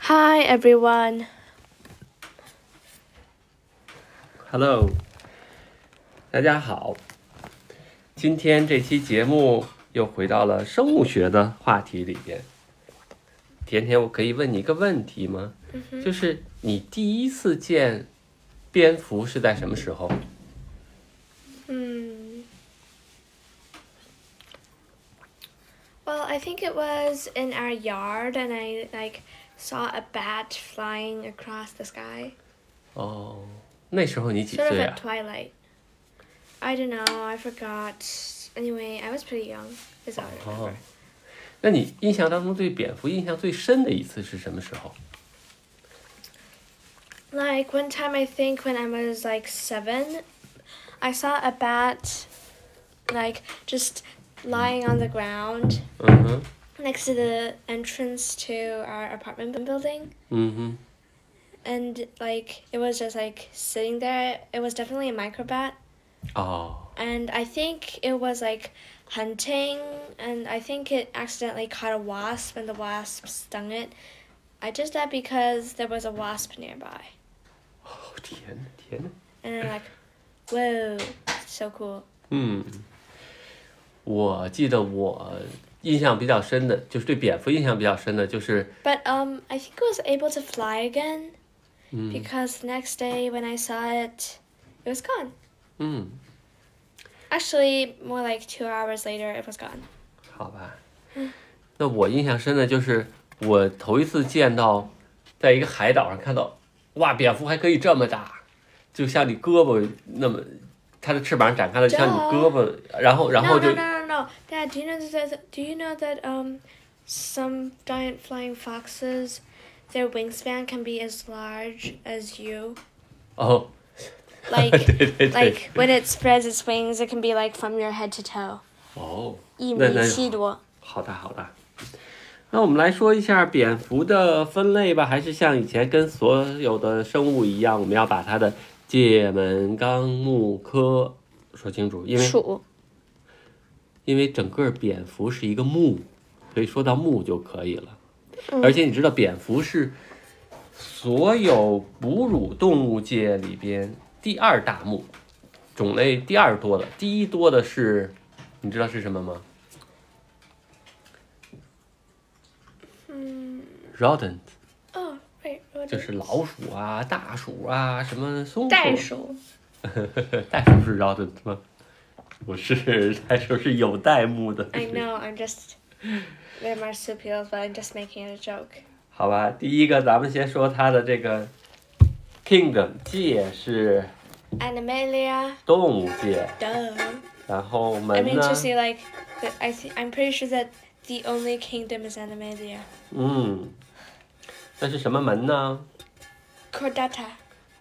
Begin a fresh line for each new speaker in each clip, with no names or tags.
Hi everyone.
Hello，大家好。今天这期节目又回到了生物学的话题里边。甜甜，我可以问你一个问题吗？就是你第一次见蝙蝠是在什么时候？
Hmm. Well, I think it was in our yard and I like saw a bat flying across the sky
哦，那时候你几
sort of
岁
at
啊？
twilight. I don't know, I forgot. Anyway, I was pretty young. Is all I
哦
remember.，
那你印象当中对蝙蝠印象最深的一次是什么时候？
Like one time, I think when I was like seven, I saw a bat, like just lying on the ground
嗯哼，
next to the entrance to our apartment building,
嗯哼，
and like it was just like sitting there. It was definitely a microbat,
哦。
and I think it was like hunting, and I think it accidentally caught a wasp, and the wasp stung it. I did that because there was a wasp nearby.
哦天呐，天呐。
And I'm like, whoa, so cool.
嗯，我记得我印象比较深的，就是对蝙蝠印象比较深的，就是，
But um, I think I was able to fly again
嗯
because the next day when I saw it, it was gone.
嗯，
Actually, more like two hours later, it was gone.
好吧。那我印象深的就是我头一次见到，在一个海岛上看到，哇，蝙蝠还可以这么大，就像你胳膊那么，它的翅膀展开了，就像你胳膊，然后然
No,
后就
no, no, no, no. Dad, do you know that? Do you know that um, some giant flying foxes, their wingspan can be as large as you.
哦，
Like,
对对对，
like when it spreads its wings, it can be like from your head to toe.
哦。那-那-
一米七多。
好的，好的。那我们来说一下蝙蝠的分类吧，还是像以前跟所有的生物一样，我们要把它的界门纲目科说清楚，因为
鼠。
因为整个蝙蝠是一个目，所以说到目就可以了。
嗯
而且你知道，蝙蝠是所有哺乳动物界里边第二大目，种类第二多的，第一多的是，你知道是什么吗？rodent
嗯 Oh, right. what
就
is-
是老鼠啊、大鼠啊、什么松鼠、
袋鼠。
袋鼠是 rodent 吗？ 不是，袋鼠是有袋目的。
I know, I'm just. They're marsupials, but I'm just making it a joke.
好吧，第一个咱们先说它的这个 kingdom 界是
Animalia,
动物界，
duh.
然后
I
门
mean,
呢，
to see, like, the, I th- I'm pretty sure that the only kingdom is Animalia.
嗯，那是什么门呢？
Chordata,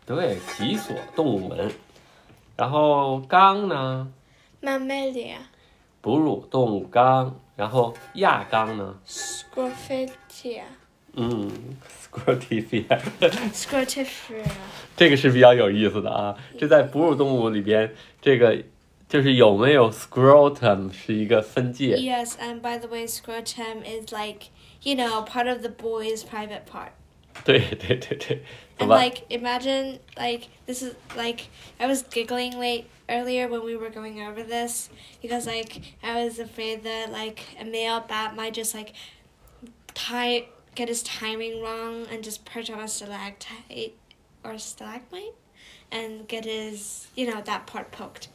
对，脊索动物门。然后纲呢，
Mammalia,
哺乳动物纲，然后亚纲呢，
Scrophitia,
嗯 s c r o t i f i a
Scrotifera.
这个是比较有意思的啊。这在哺乳动物里边，这个就是有没有 scrotum 是一个分界。
Yes, and by the way, scrotum is like, you know, part of the boy's private part.
对对对对，走
And
吧。
like imagine like this is like I was giggling late earlier when we were going over this because like I was afraid that like a male bat might just like tie get his timing wrong and just perch on a stalactite or stalagmite and get his you know that part poked.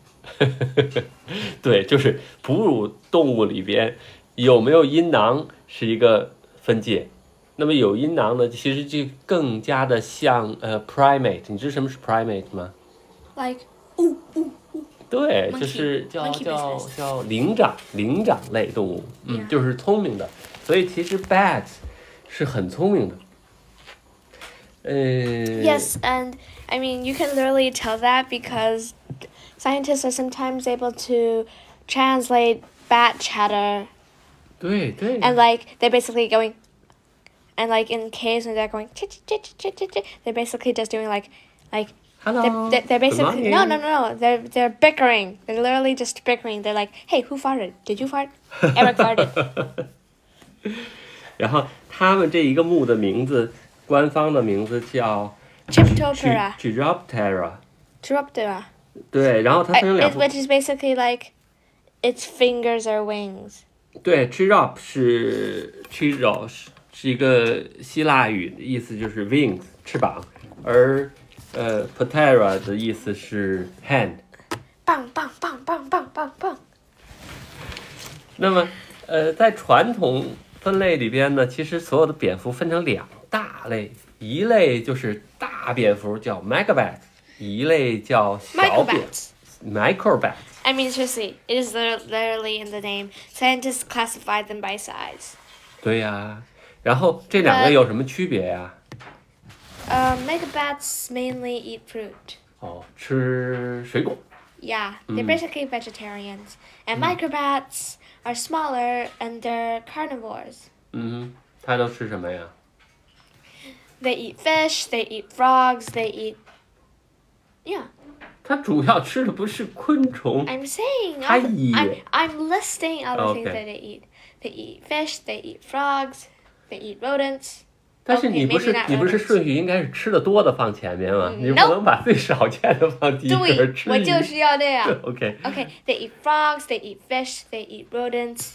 对，就是哺乳动物里边有没有阴囊是一个分界。那么有阴囊呢，其实就更加的像呃 primate。你知道什么是 primate 吗？
Like ooh ooh
对，
Monkey-
就是叫
monkey
叫
business
叫灵长灵长类动物，嗯
Yeah
就是聪明的。所以其实 bat 是很聪明的。呃 Mm.
Yes, and I mean, you can literally tell that because scientists are sometimes able to translate bat chatter
对对，
and like they're basically going and like in caves when they're going chit chit chit chit chit, chit they're basically just doing like like
Hello，
they're, they're, they're
good
basically no no
morning
no no they're they're bickering they're literally just bickering they're like hey who farted did you fart Eric farted
然后他们这一个墓的名字官方的名字叫
Chiptoptera.
G g i r o p t e r a
Chiroptera.
对，然后它分成
I-
两
uh, it-
部
Which is basically like its fingers are wings.
对 c h i r o p 是 c h i r o 是是一个希腊语，意思就是 wings 翅膀，而呃 Patera 的意思是 hand。
Bang, bang, bang, bang, bang, bang, bang.
那么，呃，在传统分类里边呢，其实所有的蝙蝠分成两大类，一类就是大蝙蝠叫 megabat，一类叫小蝙
Microbats.
microbat。
I mean, seriously, it is lit- literally in the name. Scientists classify them by size.
对呀、然后这两个有什么区别呀、
Uh, megabats mainly eat fruit.
哦，吃水果。
Yeah, they're basically vegetarians. And microbats are smaller and they're carnivores.
嗯，它都吃什么呀？
They eat fish, they eat frogs, they eat. Yeah,
它主要吃的不是昆虫，
I'm saying. all the- I'm,
Ay.
I'm listing all the things
Okay.
that they eat. They eat fish, they eat frogs, they eat rodents.
但是你
Okay,
不是
maybe not
你不是
rodents
顺序应该是吃的多的放前面吗？
哎嗯
你不
no
能把最少见的放第一个，吃鱼。
对，我就是要这样。
OK。
Okay, they eat frogs, they eat fish, they eat rodents,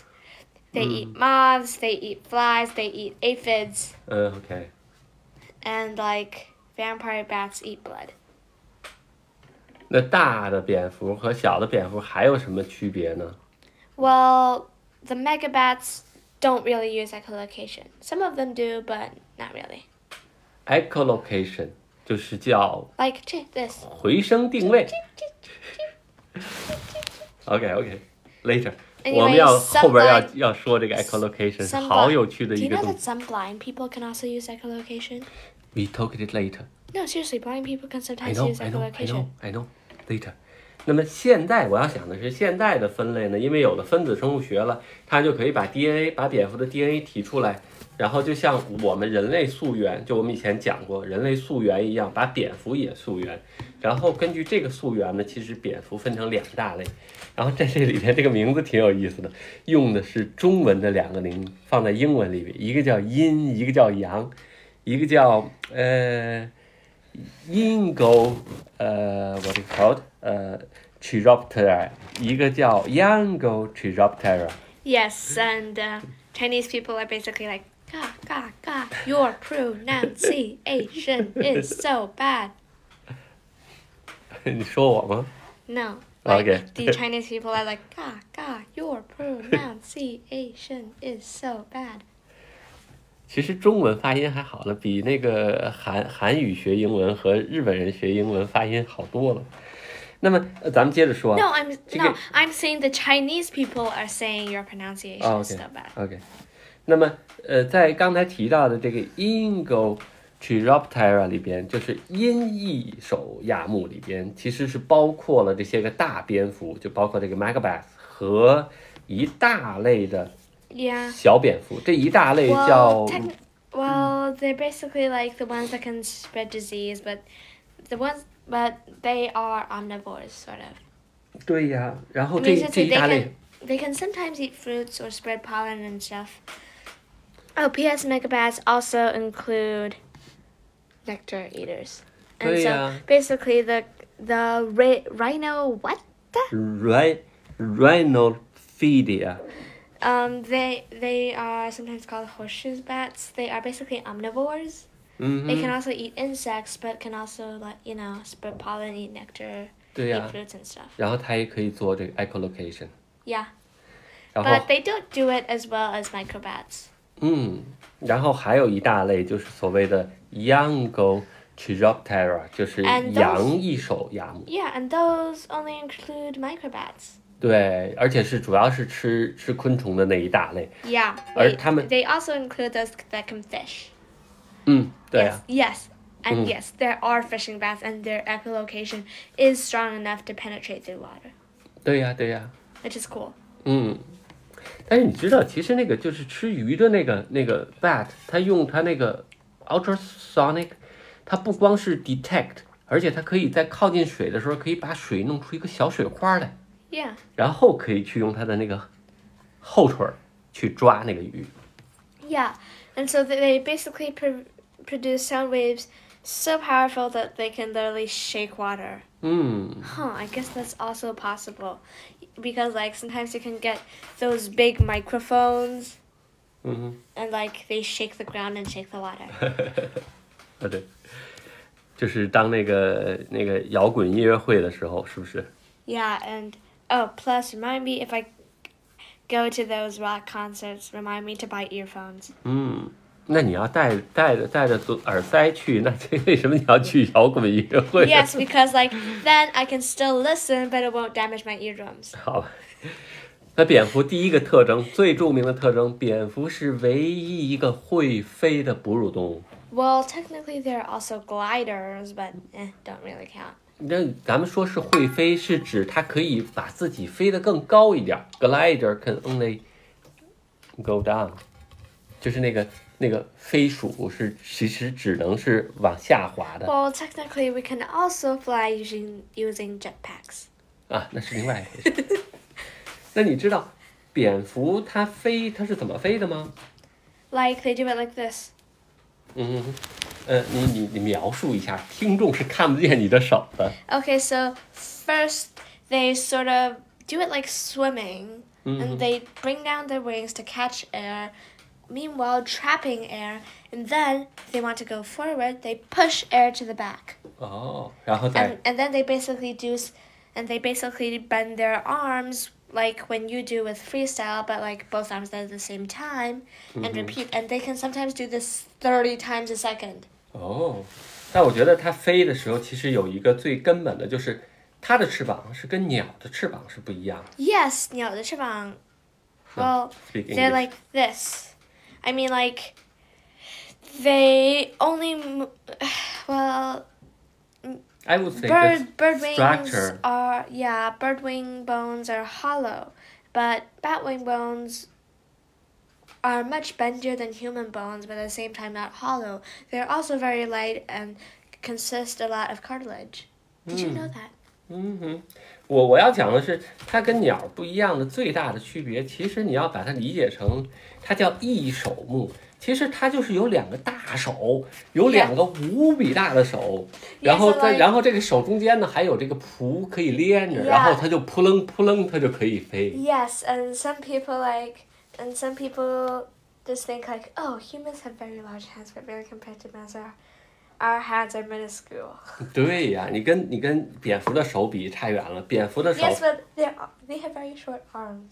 they eat moths, they eat flies, they eat aphids,
嗯，OK。
and like vampire bats eat blood.
那大的蝙蝠和小的蝙蝠还有什么区别呢？
Well, the megabats don't really use echolocation. Some of them do, but not really.
Echolocation 就是叫
Like check this.
回声定位。
Cheep, cheep, cheep, cheep, cheep, cheep.
OK OK。Later，
Anyway，
我们要
some
后边要
blind-
要说这个 echolocation，
some
好
blind-
有趣的
Do
一
you
个
know
东
that
西。
some blind people can also use echolocation?
We talk it later。
No, seriously, blind people can sometimes
I know
use
I know I
echolocation.
know I know later。那么现代我要想的是现代的分类呢，因为有了分子生物学了，它就可以把 DNA 把蝙蝠的 DNA 提出来，然后就像我们人类溯源，就我们以前讲过人类溯源一样，把蝙蝠也溯源，然后根据这个溯源呢，其实蝙蝠分成两大类，然后在这里边这个名字挺有意思的，用的是中文的两个零放在英文里边，一个叫阴，一个叫阳，一个叫呃。Ingo，呃，what is called，呃，Chiroptera，一个叫 Yango Chiroptera，
Yes, and uh, Chinese people are basically like, ga, ga, ga, your pronunciation is so bad.
你说我吗？
No. Like,
Okay.
The Chinese people are like, ga, ga, your pronunciation is so bad.
其实中文发音还好了，比那个韩韩语学英文和日本人学英文发音好多了。那么，呃咱们接着说啊。
No, I'm no,
Chicken-
I'm saying the Chinese people are saying your pronunciation
啊
is
，OK
so bad.
OK，那么呃，在刚才提到的这个 Ingo Chiroptera 里边，就是音译手亚目里边，其实是包括了这些个大蝙蝠，就包括这个 Megabath 和一大类的
Yeah.
小蝙蝠，这一大类叫
Well, techni- well, they're basically like the ones that can spread disease, but the ones, but they are omnivores, sort of.
对呀，然后
I
这
mean,
这
seriously,
一
they
大类
can, they can sometimes eat fruits or spread pollen and stuff. Oh, P.S. Megabats also include nectar eaters. And
Yeah.
so basically, the the ri- rhino what?
Rhi- Rhinophidia。
Um, they they are sometimes called horseshoes bats. They are basically omnivores.
嗯哼
They can also eat insects, but can also like you know spread pollen, eat nectar,
对呀
eat，fruits and stuff.
然后它也可以做这个 echolocation，
Yeah,
然后
but they don't do it as well as microbats.
嗯，然后还有一大类就是所谓的 Yango Chiroptera，就是
And those-
羊翼手亚目。
Yeah, and those only include microbats.
对，而且是主要是吃吃昆虫的那一大类。
Yeah.
Or
Wait,
tama-
they also include those that can fish.
嗯，对
Yes.
啊，
Yes. And yes, there are fishing baths, and their echolocation is strong enough to penetrate through water,
对呀、对呀、
which is cool.
嗯。但是你知道，其实那个就是吃鱼的那个那个 bat，它用它那个 ultrasonic，它不光是 detect，而且它可以在靠近水的时候，可以把水弄出一个小水花来，
Yeah.
然后可以去用它的那个后腿儿去抓那个鱼。
Yeah. And so they- they basically pre- produce sound waves so powerful that they can literally shake water.
嗯，
Huh, I guess that's also possible. Because, like, sometimes you can get those big microphones
嗯哼。
and, like, they shake the ground and shake the water.
啊，对，就是当那个那个摇滚音乐会的时候，是不是？
Yeah, and oh, plus remind me if I go to those rock concerts, remind me to buy earphones.
嗯，那你要带带着带着耳塞去，那这为什么你要去摇滚音乐会呢？
yes, because like then I can still listen, but it won't damage my eardrums.
好吧。那蝙蝠第一个特征，最著名的特征，蝙蝠是唯一一个会飞的哺乳动物。
Well, technically there are also gliders, but eh, don't really count.
那咱们说是会飞，是指它可以把自己飞得更高一点儿。Glider can only go down，就是那个那个飞鼠是其实只能是往下滑的
Well, technically we can also fly using using jetpacks.
啊，那是另外一回事。 那你知道蝙蝠它飞它是怎么飞的吗？
Like they do it like this.
嗯，呃，你你你描述一下，听众是看不见你的手的。
Okay, so first they sort of do it like swimming, and they bring down their wings to catch air, meanwhile trapping air, and then if they want to go forward, they push air to the back.
哦，然后再
And, and then they basically do, s- and they basically bend their arms like when you do with freestyle, but like both arms at the same time, and repeat. And they can sometimes do this 30 times a second.
哦，但我觉得它飞的时候，其实有一个最根本的，就是它的翅膀是跟鸟的翅膀是不一样的。
Yes, 鸟的翅膀. Well,
Speak
They're
English.
like this. I mean, like, they only. m- Well,
I would say this
bird bird wings
structure.
are yeah. Bird wing bones are hollow, but bat wing bones are much bendier than human bones, but at the same time not hollow. They're also very light and consist a lot of cartilage. Did you know that?
嗯哼，我我要讲的是，它跟鸟不一样的最大的区别，其实你要把它理解成，它叫翼手目。其实它就是有两个大手，有
Yeah.
两个无比大的手，然
Yeah,
后
so
在
like-
然后这个手中间呢还有这个蹼可以连着，然后
Yeah.
它就扑棱扑棱，它就可以飞。
Yes, and some people like, and some people just think like, oh, humans have very large hands, but really compared to mouse, our, our hands are minuscule.
对呀、你跟你跟蝙蝠的手比差远了。蝙蝠的手
Yes, but they are they have very short arms.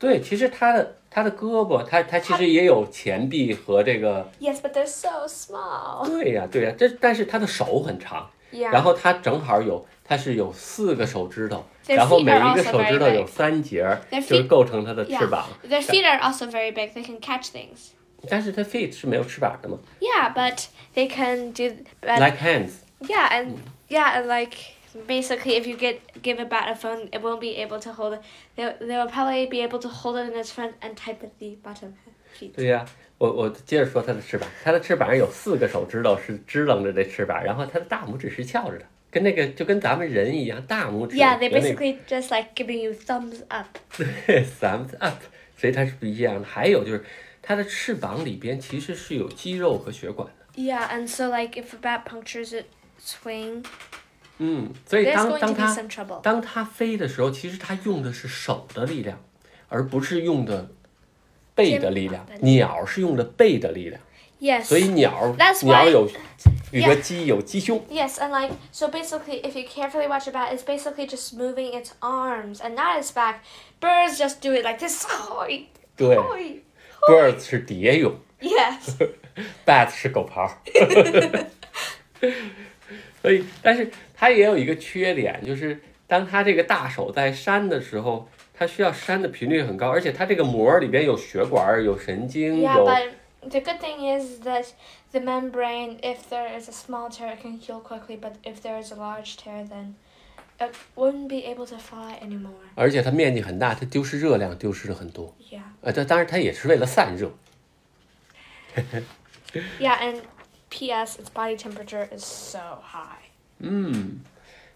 对，其实它的它的胳膊，它它其实也有前臂和这个。
Yes, but they're so small.
对呀、对呀、这但是它的手很长，然
Yeah.
后它正好有它是有四个手指头，
Their
然后
feet
每
are
一个
also
手指
very
头
big.
有三节儿，
Their
就是
feet-
构成它的翅
Yeah.
膀。
Their feet are also very big. They can catch things.
但是它 feet 是没有翅膀的嘛
Yeah, but they can do. But
，like hands。
Yeah, and yeah, and like basically, if you get give a bat a phone, it won't be able to hold it. They they will probably be able to hold it in its front and type at the bottom feet.
对呀、我我接着说它的翅膀，它的翅膀上有四个手指头是支棱着这翅膀，然后它的大拇指是翘着的，跟那个就跟咱们人一样，大拇指
Yeah, they
和那
basically just like giving you thumbs up.
对 thumbs up，所以它是不一样的。还有就是它的翅膀里边其实是有肌肉和血管的，
Yeah, and so like if a bat punctures its wing,
嗯，所以
there's
当
going
当
to be
它
some trouble.
当它飞的时候，其实它用的是手的力量，而不是用的背的力量
肩膀的。力
鸟是用的背的力量，
Yes.
所以鸟
That's
鸟
why-
有，比如说
Yeah.
鸡有鸡胸。
Yes, and like so basically if you carefully watch a bat, it's basically just moving its arms and not its back. Birds just do it like this. Hoi,
对
hoi, hoi.
，bird 是蝶泳
Yes.
，bat 是狗刨儿。 所以，但是它也有一个缺点，就是当它这个大手在扇的时候，它需要扇的频率很高，而且它这个膜里边有血管儿、有神经、
Yeah,
有
but the good thing is that the membrane, if there is a small tear, it can heal quickly, but if there is a large tear, then it wouldn't be able to fly anymore.
而且它面积很大，它丢失热量丢失的很多。
Yeah.
呃，这当然它也是为了散热。
Yeah, and P.S. its body temperature is so high.
嗯，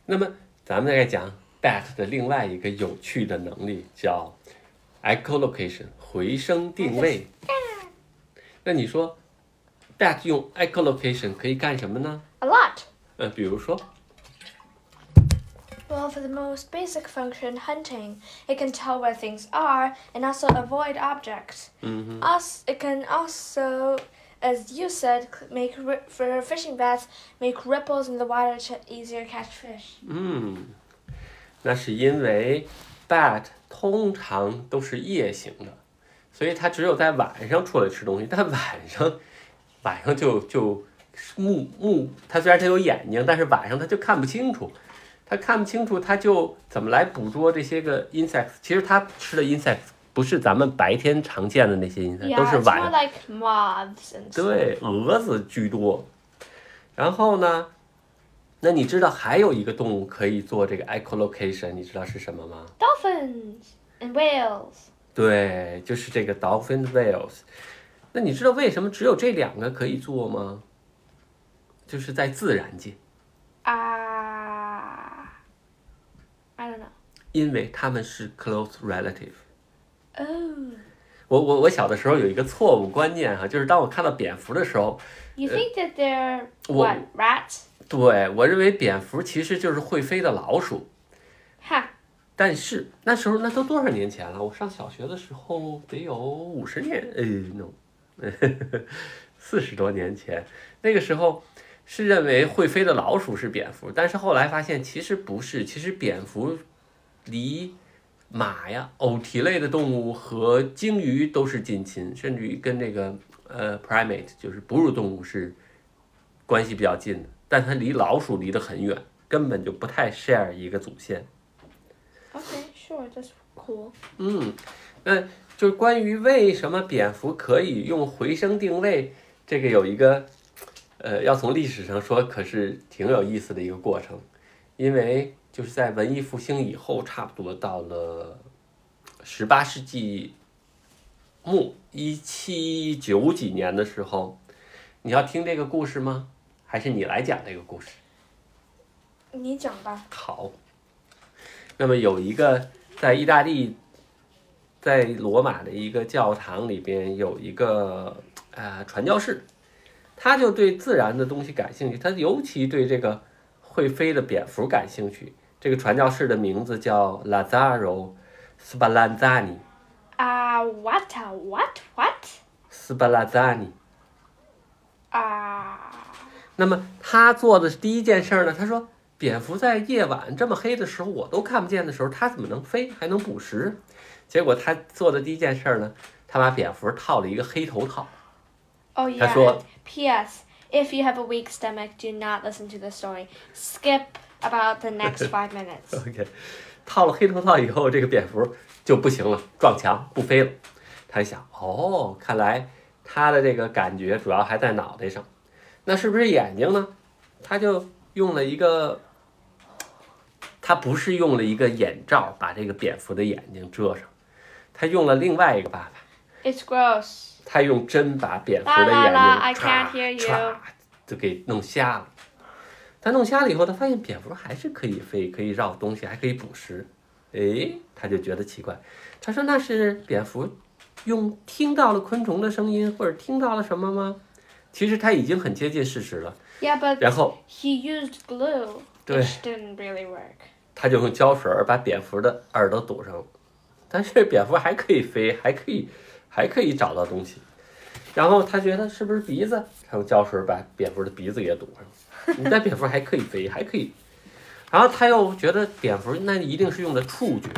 那么咱们再讲 bat 的另外一个有趣的能力叫 echolocation 回声定位。那你说 that 用 echolocation 可以干什么呢？
A lot.
呃，比如说，
Well, for the most basic function, hunting, it can tell where things are and also avoid objects.
嗯哼，
Us, it can also, as you said, c- make ri- for fishing baths, make ripples in the water to easier catch fish.
嗯，那是因为 bat 通常都是夜行的，所以它只有在晚上出来吃东西。但晚上，晚上就就目目，它虽然它有眼睛，但是晚上它就看不清楚。它看不清楚，它就怎么来捕捉这些个 insects？其实它吃的 insects 不是咱们白天常见的那些 insects，都
Yeah,
是
it's
晚
more
上
like moths and stuff.
对，蛾子居多。然后呢，那你知道还有一个动物可以做这个 echolocation，你知道是什么吗？
Dolphins and whales.
对，就是这个 dolphin whales。那你知道为什么只有这两个可以做吗？就是在自然界，
Ah. I don't know.
因为它们是 close relative。
Oh.
我我我小的时候有一个错误观念哈、就是当我看到蝙蝠的时候，
You think that they're
Wha-
what rats?
对我认为蝙蝠其实就是会飞的老鼠。
Ha.
但是那时候那都多少年前了？我上小学的时候得有五十年，哎，no，四十多年前。那个时候是认为会飞的老鼠是蝙蝠，但是后来发现其实不是，其实蝙蝠离马呀、偶蹄类的动物和鲸鱼都是近亲，甚至于跟这个呃 primate 就是哺乳动物是关系比较近的，但它离老鼠离得很远，根本就不太 share 一个祖先。
Okay, sure, that's cool.
嗯，那就是关于为什么蝙蝠可以用回声定位，这个有一个，呃，要从历史上说，可是挺有意思的一个过程，因为就是在文艺复兴以后，差不多到了十八世纪末一七九几年的时候，你要听这个故事吗？还是你来讲这个故事？
你讲吧。
好，那么有一个在意大利，在罗马的一个教堂里边有一个呃传教士，他就对自然的东西感兴趣，他尤其对这个会飞的蝙蝠感兴趣。这个传教士的名字叫 Lazzaro Spallanzani。
Uh, what? Uh, what? What?
Spallanzani，
Uh,
那么他做的第一件事儿呢，他说蝙蝠在夜晚这么黑的时候我都看不见的时候，它怎么能飞还能捕食？结果他做的第一件事儿呢，他把蝙蝠套了一个黑头套。
oh yeah.
what-
and P.S. If you have a weak stomach, do not listen to the story. Skip about the next five minutes.
OK，套了黑头套以后，这个蝙蝠就不行了，撞墙不飞了。他一想，哦，看来他的这个感觉主要还在脑袋上，那是不是眼睛呢？他就用了一个，他不是用了一个眼罩把这个蝙蝠的眼睛遮上，他用了另外一个办法，
It's gross.
他用针把蝙蝠的
啦啦啦
眼
I
睛
can't hear
歘
you
歘就给弄瞎了。他弄瞎了以后，他发现蝙蝠还是可以飞，可以绕东西，还可以捕食。诶，他就觉得奇怪，他说那是蝙蝠用听到了昆虫的声音，或者听到了什么吗？其实他已经很接近事实了。
Yeah, but
然后
he used glue,
对
which didn't really work.
他就用胶水儿把蝙蝠的耳朵堵上了，但是蝙蝠还可以飞，还可以，还可以找到东西。然后他觉得是不是鼻子？他用胶水儿把蝙蝠的鼻子也堵上了。你但蝙蝠还可以飞，还可以。然后他又觉得蝙蝠那一定是用的触觉，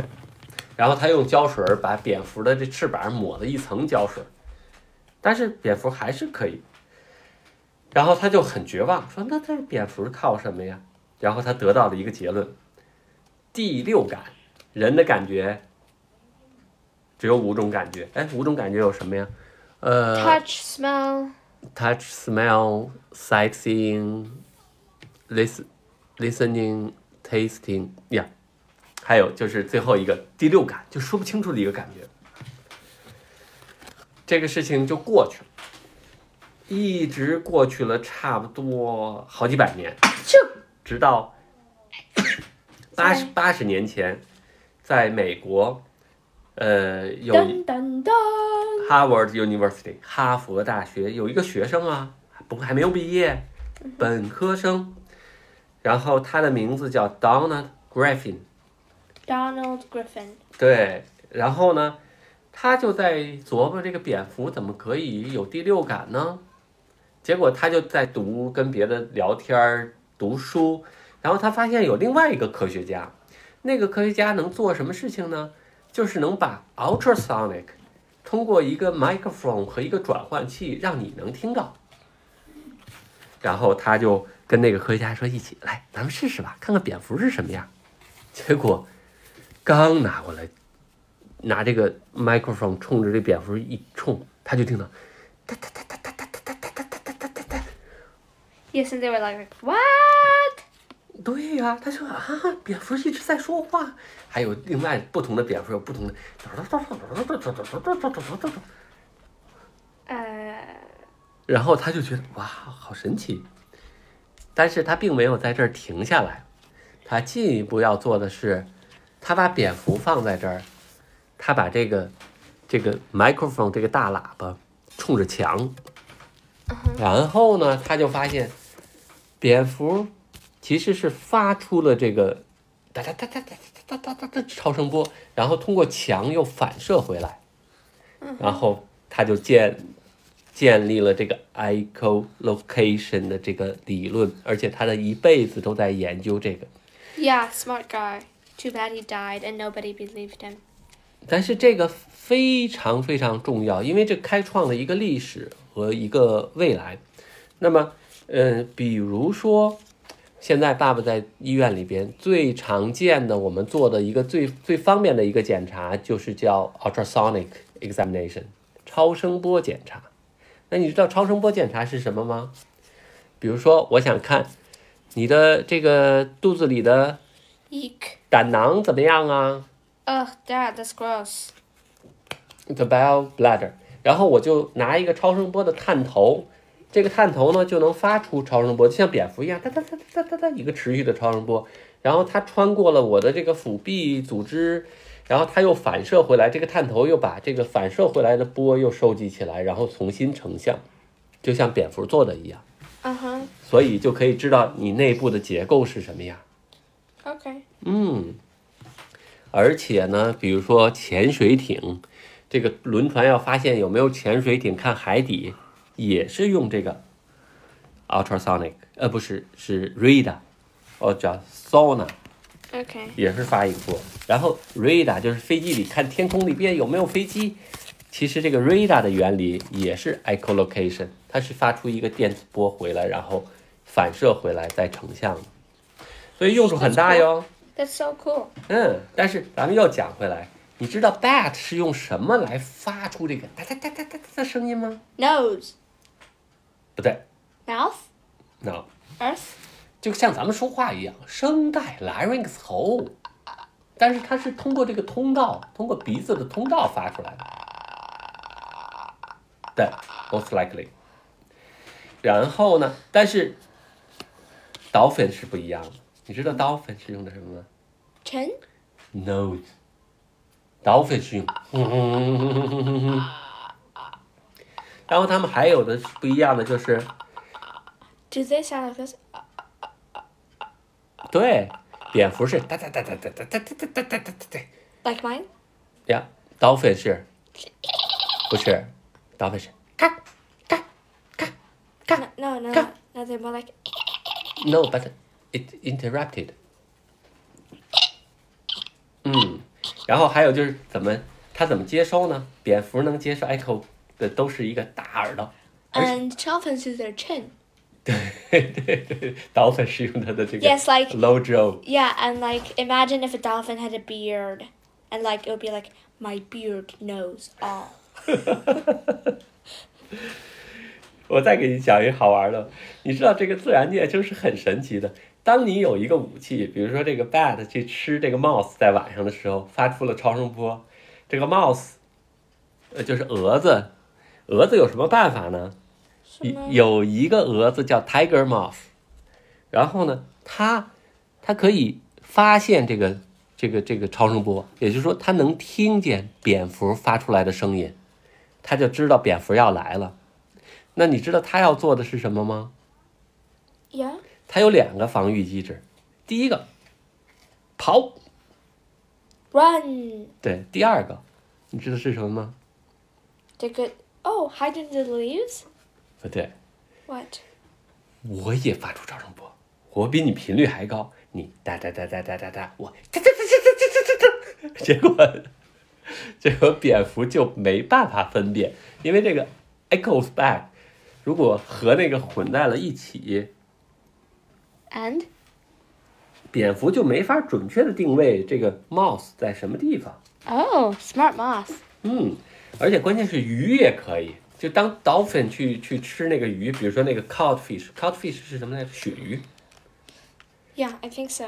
然后他用胶水儿把蝙蝠的这翅膀抹了一层胶水儿，但是蝙蝠还是可以。然后他就很绝望，说：“那这蝙蝠靠什么呀？”然后他得到了一个结论：第六感，人的感觉只有五种感觉。哎，五种感觉有什么呀？呃
Touch, smell,
，touch、smell、sightseeing、listen、listening、tasting 呀、还有就是最后一个第六感，就说不清楚的一个感觉。这个事情就过去了，一直过去了差不多好几百年。
choo,
直到八十八十年前，在美国，呃，有
dun dun dun.
哈 Harvard University 哈佛大学有一个学生啊，不还没有毕业，本科生。然后她的名字叫 Donna Griffin，
Donald Griffin.
对，然后呢，他就在琢磨这个蝙蝠怎么可以有第六感呢？结果他就在读跟别的聊天儿、读书，然后他发现有另外一个科学家，那个科学家能做什么事情呢？就是能把 ultrasonic 通过一个 microphone 和一个转换器让你能听到。然后他就跟那个科学家说：“一起来，咱们试试吧，看看蝙蝠是什么样。”结果刚拿过来，拿这个 microphone 冲着这蝙蝠一冲，他就听到哒哒哒哒哒哒哒哒哒哒哒哒哒。
Yes, and they were like, what?
对呀、他说啊，蝙蝠一直在说话。还有另外不同的蝙蝠有不同的，
Uh,
然后他就觉得哇，好神奇。但是他并没有在这儿停下来，他进一步要做的是，他把蝙蝠放在这儿，他把这个这个 microphone 这个大喇叭冲着墙，然后呢，他就发现蝙蝠其实是发出了这个哒哒哒哒哒哒哒哒哒超声波，然后通过墙又反射回来，然后他就建建立了这个 echolocation 的这个理论，而且他的一辈子都在研究这个。
yeah, smart guy. Too bad he died and nobody believed him.
但是这个非常非常重要，因为这开创了一个历史和一个未来。那么，嗯、比如说，现在爸爸在医院里边最常见的，我们做的一个最最方便的一个检查，就是叫 ultrasonic examination，超声波检查。那你知道超声波检查是什么吗？比如说，我想看你的这个肚子里的
Eek.
胆囊怎么样啊？
Ugh, Dad, that's gross.
the bile bladder，然后我就拿一个超声波的探头，这个探头呢就能发出超声波，就像蝙蝠一样，哒哒哒哒哒哒哒一个持续的超声波，然后它穿过了我的这个腹壁组织，然后它又反射回来，这个探头又把这个反射回来的波又收集起来，然后重新成像，就像蝙蝠做的一样，
Uh
Uh-huh.
huh.
所以就可以知道你内部的结构是什么样。
Okay.
嗯，而且呢，比如说潜水艇，这个轮船要发现有没有潜水艇，看海底也是用这个 ultrasonic，呃，不是，是 radar，哦，叫 sonar，
Okay.
也是发一个波。然后 radar 就是飞机里看天空里边有没有飞机，其实这个 radar 的原理也是 echolocation，它是发出一个电磁波回来，然后反射回来再成像的，所以用处很大哟。
That's so cool.
嗯，但是咱们又讲回来，你知道 bat 是用什么来发出这个哒哒哒哒哒哒的声音吗？
Nose.
不对
Mouth.
，no，
Earth.
就像咱们说话一样，声带 larynx 喉，但是它是通过这个通道，通过鼻子的通道发出来的。对，most likely。然后呢？但是 dolphin 是不一样的，你知道 dolphin 是用的什么吗？
Chin.
nose。dolphin 是用， 然后他们还有的是不一样的就是，
Do they sound like this?
对，蝙蝠是哒哒哒哒哒哒哒哒哒哒哒哒哒，
Like mine?
呀，dolphin 是，不是，dolphin 是
No, no, no, no, no. They're more like
no，but it interrupted。嗯，然后还有就是怎么它怎么接收呢？蝙蝠能接受 echo 的呃都是一个大耳朵，而且
and dolphins use their chin.
对对对， 导粉是用它的这个
Yes, like-
low jaw，
Yeah, and like imagine if a dolphin had a beard, and like it would be like my beard knows all.
我再给你讲一个好玩的，你知道这个自然界就是很神奇的。当你有一个武器，比如说这个 bat 去吃这个 mouse，在晚上的时候发出了超声波，这个 mouse，呃，就是蛾子，蛾子有什么办法呢？有有一个蛾子叫 tiger moth，然后呢，它它可以发现这个这个这个超声波，也就是说它能听见蝙蝠发出来的声音，它就知道蝙蝠要来了。那你知道它要做的是什么吗？
Yeah.
它有两个防御机制，第一个，跑，
Run.
对，第二个，你知道是什么吗？
They're good. Oh, hide under the leaves.
不对，
What?
我也发出超声波，我比你频率还高，你哒哒哒哒哒哒哒，我哒哒哒哒哒哒哒哒，结果， 结果蝙蝠就没办法分辨，因为这个 echoes back，如果和那个混在了一起，
And
蝙蝠就没法准确的定位这个 mouse 在什么地方。
oh, smart moth.
嗯，而且关键是鱼也可以，就当 dolphin 去去吃那个鱼，比如说那个 codfish，codfish 是什么来着？鳕鱼，
Yeah, I think so.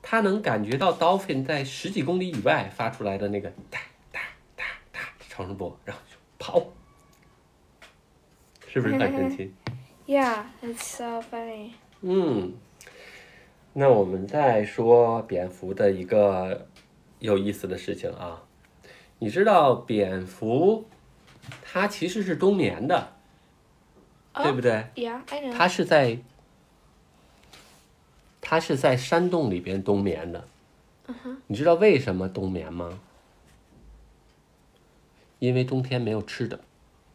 它能感觉到 dolphin 在十几公里以外发出来的那个哒哒哒哒的超声波，然后就跑，是不是很神奇？
Yeah, it's so funny.
嗯，那我们再说蝙蝠的一个有意思的事情啊，你知道蝙蝠它其实是冬眠的，
哦
对不对？
Oh, Yeah, I know.
它是在，它是在山洞里边冬眠的。你知道为什么冬眠吗？因为冬天没有吃的。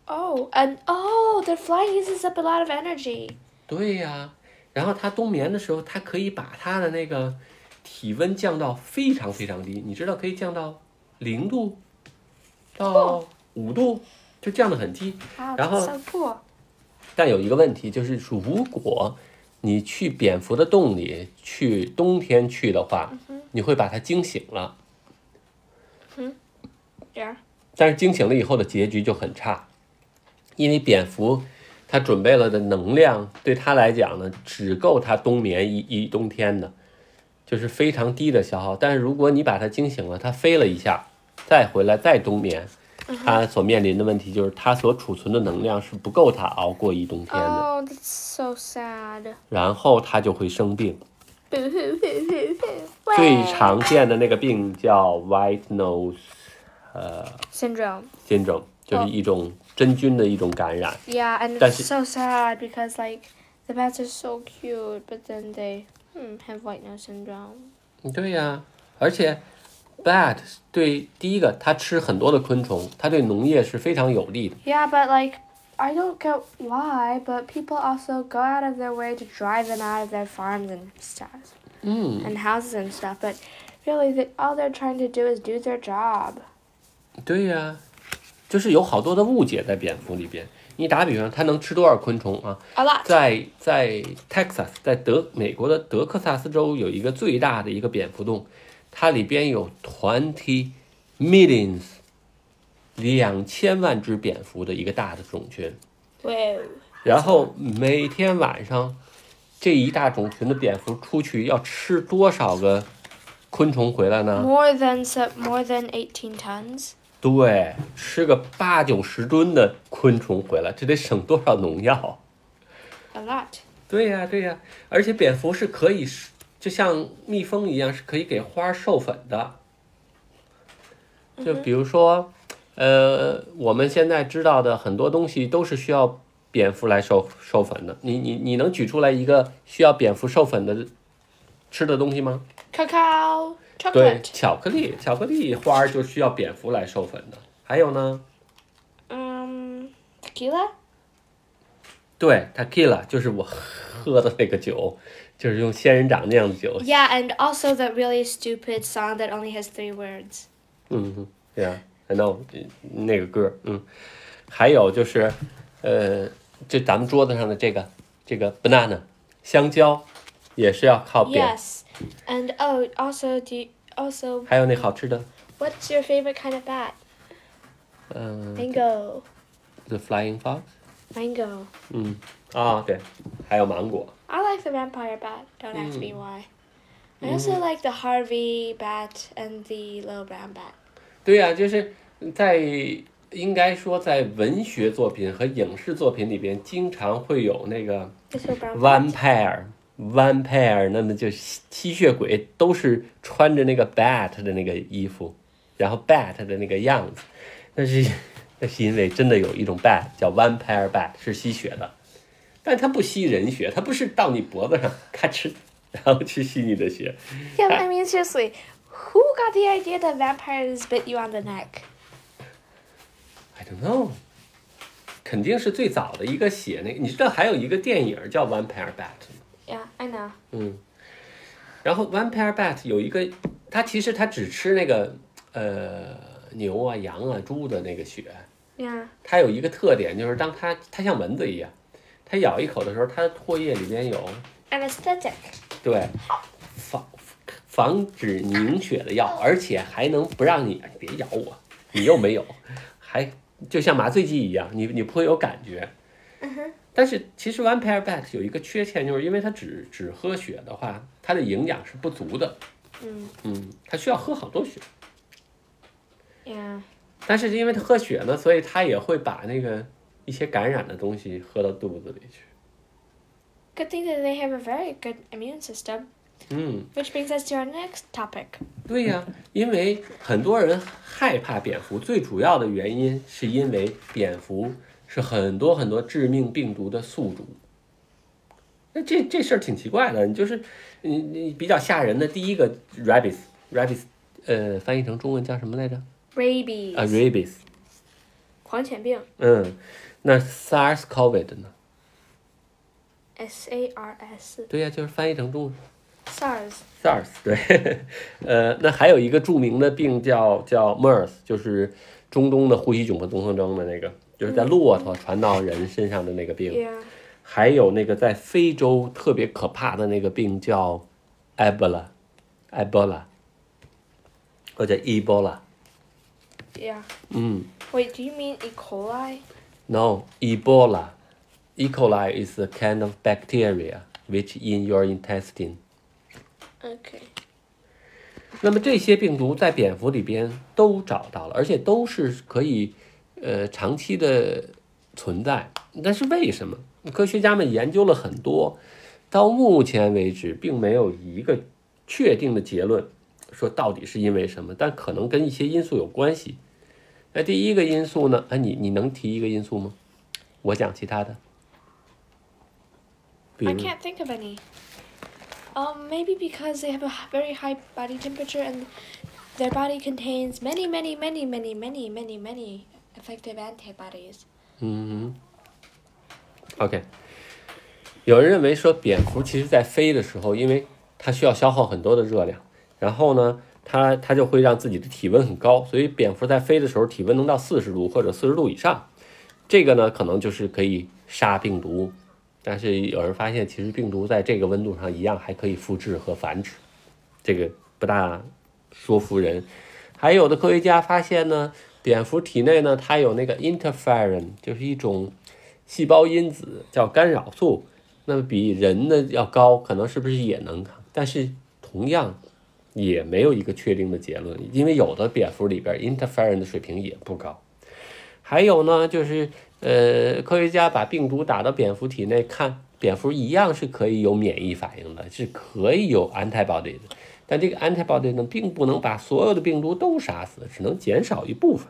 Oh, and oh, their flying uses up a lot of energy.
对呀、然后它冬眠的时候，它可以把它的那个体温降到非常非常低，你知道可以降到零度到五度，就降得很低。
Wow,
然后
that's so cool.
但有一个问题就是，如果你去蝙蝠的洞里去冬天去的话，你会把它惊醒了，
Yeah.
但是惊醒了以后的结局就很差，因为蝙蝠它准备了的能量对它来讲呢，只够它冬眠一一冬天的，就是非常低的消耗。但是如果你把它惊醒了，它飞了一下，再回来再冬眠。它所面临的问题就是，它所储存的能量是不够它熬过一冬天的，
Oh, that's so sad.
然后它就会生病。
Boo hoo hoo hoo hoo.
最
Wah.
常见的那个病叫 white nose
syndrome.
syndrome，就是一种真菌的一种感染。
Yeah, and
That's
it's
it.
so sad because like the bats are so cute, but then they hmm, have white nose syndrome.
对呀、而且 bat 对第一个，它吃很多的昆虫，它对农业是非常有利的。
Yeah, but like I don't get why, but people also go out of their way to drive them out of their farms and stuff
嗯，
and houses and stuff. But really, they, all they're trying to do is do their job.
对呀、就是有好多的误解在蝙蝠里边。你打比方，它能吃多少昆虫啊？
A lot.
在在 Texas，在德美国的德克萨斯州有一个最大的一个蝙蝠洞，它里边有 twenty millions 两千万只蝙蝠的一个大的种群，
Whoa.
然后每天晚上这一大种群的蝙蝠出去要吃多少个昆虫回来呢？
More than so, more than eighteen tons.
对，吃个八九十吨的昆虫回来，这得省多少农药？
A lot.
对呀、对呀、而且蝙蝠是可以是，就像蜜蜂一样，是可以给花儿授粉的。就比如说，呃，我们现在知道的很多东西都是需要蝙蝠来授授粉的。你你你能举出来一个需要蝙蝠授粉的吃的东西吗？
Cacao.
对，
Chocolate.
巧克力，巧克力花儿就需要蝙蝠来授粉的。还有呢，
Um, tequila.
对，tequila 就是我喝的那个酒，就是用仙人掌酿的酒。
Yeah, and also that really stupid song that only has three words.
嗯哼，对啊，I know 那个歌，嗯，还有就是，呃，这咱们桌子上的这个这个 banana 香蕉，也是要靠扁。
Yes, and oh, also do you, also
还有那好吃的，
what's your favorite kind of bat?
嗯、
Mango,
t h e Flying Fox，
mango.
嗯，啊，对，还有芒果，
I like the vampire bat. Don't ask me why. I also like the Harvey bat and the little brown bat.
对呀、就是在应该说在文学作品和影视作品里边，经常会有那个
This little brown bat.
vampire。vampire，那么就是吸吸血鬼，都是穿着那个 bat 的那个衣服，然后 bat 的那个样子，但是那是因为真的有一种 bat 叫 vampire bat 是吸血的，但它不吸人血，它不是到你脖子上咔哧，然后去吸你的血。
Yeah,
I-
I mean seriously, who got the idea that vampires bit you on the neck?
I don't know，肯定是最早的一个写那个，你知道还有一个电影叫 vampire bat 吗？
Yeah, I know.
嗯，然后 vampire bat 有一个，它其实它只吃那个呃牛啊、羊啊、猪的那个血，
Yeah.
它有一个特点，就是当它它像蚊子一样，它咬一口的时候，它的唾液里边有
Anesthetic.
对防防止凝血的药，而且还能不让你哎别咬我，你又没有，还就像麻醉剂一样，你你不会有感觉。但是其实 vampire bat 有一个缺陷，就是因为它只只喝血的话，它的营养是不足的。
嗯
嗯，它需要喝好多血。
Yeah.
但是因为他喝血呢，所以他也会把那个一些感染的东西喝到肚子里去。
Good thing that they have a very good immune system.
嗯，
Which brings us to our next topic.
对呀， 因为很多人害怕蝙蝠，最主要的原因是因为蝙蝠是很多很多致命病毒的宿主。那这这事儿挺奇怪的，你就是你你比较吓人的第一个 rabies rabies，呃，翻译成中文叫什么来着？
Rabies.
啊，rabies，
狂犬病.
嗯，那 SARS-CoV 呢？
S A R S.
对呀，就是翻译成中文。
SARS.
SARS 对，呃，那还有一个著名的病叫叫 MERS，就是中东的呼吸窘迫综合征的那个，就是在骆驼传到人身上的那个病。
嗯
Yeah.
还有那个在非洲特别可怕的那个病叫 Ebola，Ebola，或者 Ebola，
Yeah.
嗯
Wait, do you mean E. coli?
，No，Ebola。E. coli is a kind of bacteria which in your intestine.
Okay.
那么这些病毒在蝙蝠里边都找到了，而且都是可以，呃，长期的存在。但是为什么？科学家们研究了很多，到目前为止并没有一个确定的结论，说到底是因为什么，但可能跟一些因素有关系。那第一个因素呢？哎，你你能提一个因素吗？我讲其他的，比
I
如
can't think of any. Um, maybe because they have a h- very high body temperature and their body contains many, many, many, many, many, many, many effective antibodies.
嗯，OK。有人认为说，蝙蝠其实在飞的时候，因为它需要消耗很多的热量，然后呢，它它就会让自己的体温很高，所以蝙蝠在飞的时候体温能到四十度或者四十度以上。这个呢，可能就是可以杀病毒，但是有人发现，其实病毒在这个温度上一样还可以复制和繁殖，这个不大说服人。还有的科学家发现呢，蝙蝠体内呢，它有那个 interferon，就是一种细胞因子，叫干扰素。那么比人的要高，可能是不是也能？但是同样也没有一个确定的结论，因为有的蝙蝠里边 interferon 的水平也不高。还有呢，就是呃，科学家把病毒打到蝙蝠体内，看蝙蝠一样是可以有免疫反应的，是可以有 antibody 的。但这个 antibody 呢，并不能把所有的病毒都杀死，只能减少一部分。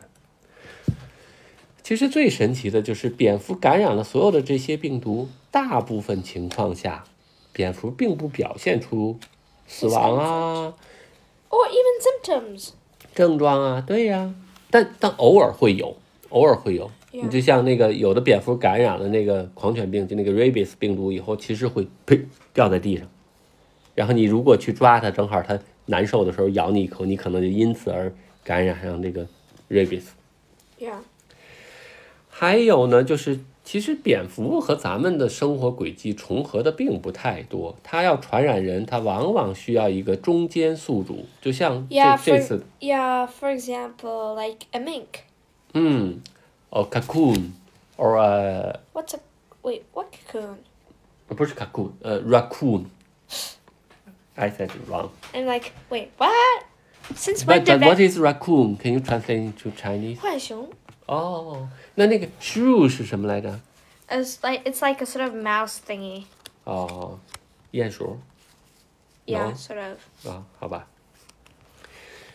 其实最神奇的就是，蝙蝠感染了所有的这些病毒，大部分情况下，蝙蝠并不表现出死亡啊、
Or even symptoms.
症状啊，对呀、但但偶尔会有，偶尔会有。
Yeah
你就像那个有的蝙蝠感染了那个狂犬病，就那个 rabies 病毒以后，其实会呸掉在地上，然后你如果去抓它，正好它难受的时候咬你一口，你可能就因此而感染上这个 rabies。
Yeah.
还有呢，就是其实蝙蝠和咱们的生活轨迹重合的并不太多，它要传染人，它往往需要一个中间宿主，就像这
Yeah,
这次
for, yeah, for example, like a mink.
嗯哦 cocoon or a
What's a wait, what cocoon?
不是 cocoon，呃 raccoon。I said it wrong.
I'm like, wait, what? Since when
But,
did
but
that
what is raccoon? Can you translate into Chinese?
浣熊
哦、那那个 shrew 是什么来着？
is like it's like a sort of mouse thingy.
哦，鼹鼠。
Yeah,
No.
sort of.
啊，好吧。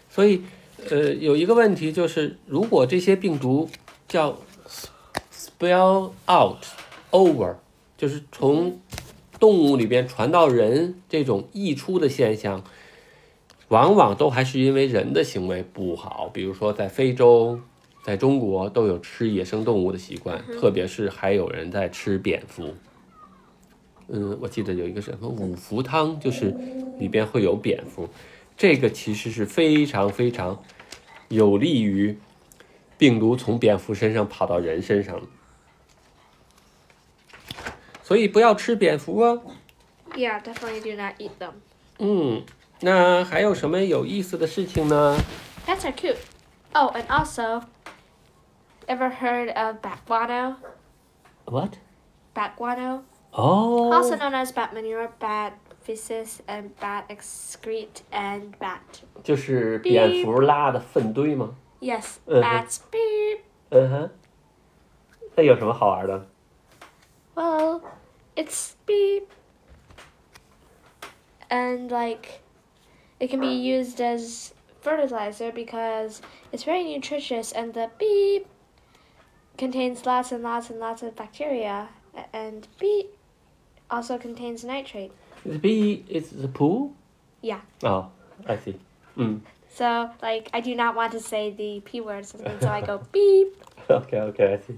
所以，呃，有一个问题就是，如果这些病毒叫 spill out over，就是从动物里边传到人这种溢出的现象，往往都还是因为人的行为不好。比如说在非洲，在中国都有吃野生动物的习惯，特别是还有人在吃蝙蝠。嗯，我记得有一个什么五福汤，就是里边会有蝙蝠，这个其实是非常非常有利于病毒从蝙蝠身上跑到人身上的。所以不要吃蝙蝠啊。
Yeah, definitely do not eat them.
嗯，那还有什么有意思的事情呢？
Pets are cute. Oh, and also, ever heard of bat guano?
What?
Bat guano,
Oh.
also known as bat manure, bat feces, and bat excrete, and bat.
就是蝙蝠拉的粪堆吗？
Yes,
Uh-huh.
bats beep.
嗯哼。那有什么好玩的？
Well, it's beep. And like, it can be used as fertilizer because it's very nutritious and the beep contains lots and lots and lots of bacteria. a- And beep also contains nitrate.
The bee is the pool.
Yeah.
哦、i see. 嗯
So, like, I do not want to say the P word, so so I go beep.
OK OK I see.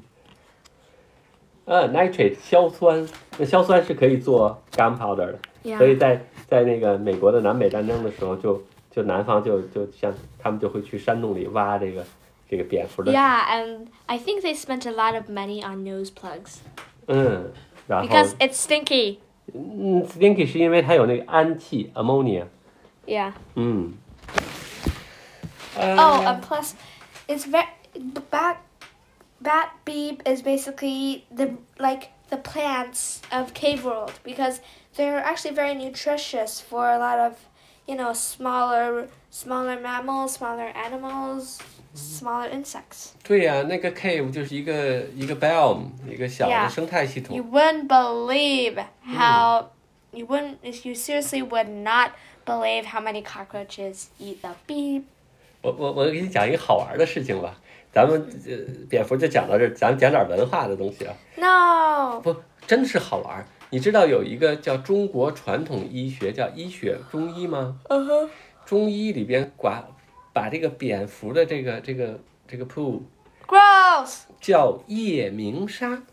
呃、n i t r a t e 硝酸，那硝酸是可以做 gunpowder 的所以在在那个美国的南北战争的时候就，就南方就就像他们就会去山洞里挖这个这个蝙蝠的
Yeah, and I think they spent a lot of money on nose plugs
嗯，然后
because it's stinky.
嗯，stinky 是因为它有那个氨气 ammonia，
Yeah.
嗯，
Oh,
Um,
and plus, it's very bat bat beep is basically the like the plants of cave world because they're actually very nutritious for a lot of you know smaller smaller mammals, smaller animals, smaller insects.
对呀、那个 cave 就是一个一个 biome，一个小的
Yeah
生态系统
You wouldn't believe how you wouldn't you seriously would not believe how many cockroaches eat the beep.
我我我给你讲一个好玩的事情吧，咱们呃蝙蝠就讲到这儿，咱们讲点文化的东西啊。
No.
不，真的是好玩儿。你知道有一个叫中国传统医学叫医学中医吗？
Uh huh.
中医里边把把这个蝙蝠的这个这个这个 poo
Gross.
叫夜明砂。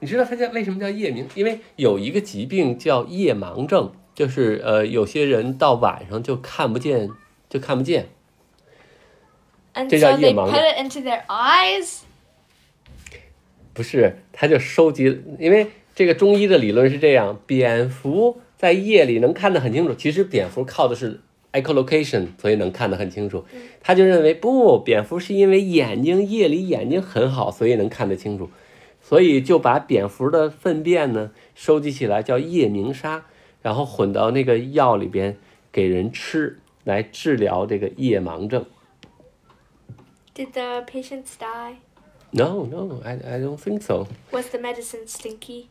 你知道它叫为什么叫夜明？因为有一个疾病叫夜盲症，就是呃有些人到晚上就看不见，就看不见。
And
这叫
so they
夜盲症。
put it into their eyes.
不是，他就收集，因为这个中医的理论是这样，蝙蝠在夜里能看得很清楚。其实蝙蝠靠的是 echolocation，所以能看得很清楚。他就认为不，蝙蝠是因为眼睛夜里眼睛很好，所以能看得清楚，所以就把蝙蝠的粪便呢收集起来叫夜明砂，然后混到那个药里边给人吃，来治疗这个夜盲症。
Did the patients die?
No, no, I I don't think so.
Was the medicine stinky?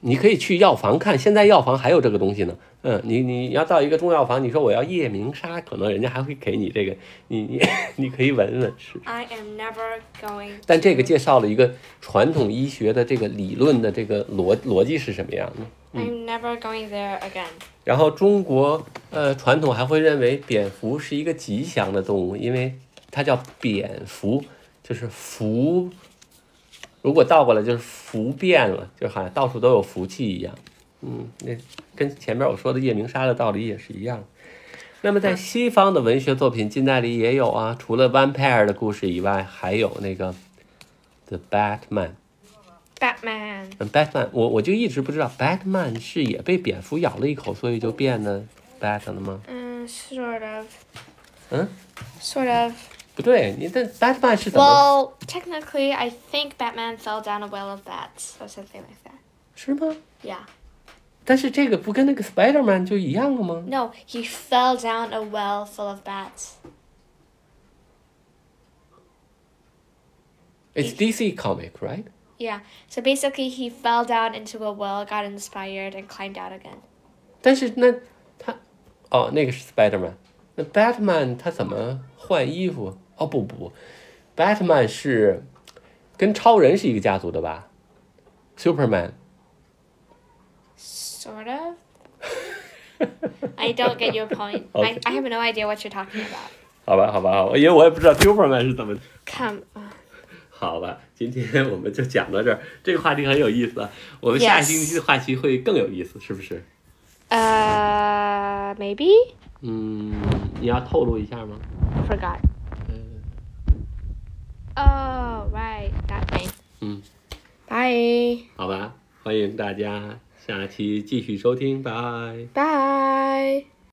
你可以去药房看，现在药房还有这个东西呢。嗯，你你要到一个中药房，你说我要夜明砂，可能人家还会给你这个，你 你你可以闻闻吃。
I am never going.
但这个介绍了一个传统医学的这个理论的这个逻逻辑是什么样的。
I'm never going there again.
然后中国呃传统还会认为蝙蝠是一个吉祥的动物，因为它叫蝙蝠，就是福。如果倒过来就是福变了，就好像到处都有福气一样。嗯，那跟前面我说的夜明砂的道理也是一样。那么在西方的文学作品，近代里也有啊，除了 vampire 的故事以外，还有那个 The Batman。
Batman.
嗯，Batman，我我就一直不知道 Batman 是也被蝙蝠咬了一口，所以就变得 Bat 了吗？
Uh, sort of.
嗯，
Sort of.
不对，你这 Batman 是怎么
Well, technically, I think Batman fell down a well of bats or something like that.
是吗？
Yeah.
但是这个不跟那个 Spiderman 就一样了吗？
No, he fell down a well full of bats.
It's DC comic, right?
Yeah. So basically, he fell down into a well, got inspired, and climbed out again.
但是那他，哦，那个是 Spiderman，那 Batman 他怎么换衣服？哦不不不， Batman 是跟超人是一个家族的吧？Superman
Sort of. I don't get your point.
Okay.
I, I have no idea what you're talking about.
好吧，好吧，好吧，因为我也不知道 Superman 是怎么
Come on.
好吧，今天我们就讲到这儿。这个话题很有意思，啊，我们下
Yes
星期的话题会更有意思，是不是？
Uh, maybe?
嗯，你要透露一下吗？
Forgot.
嗯
Oh, right. That thing.
嗯，
Bye.
好吧，欢迎大家下期继续收听，拜。
Bye.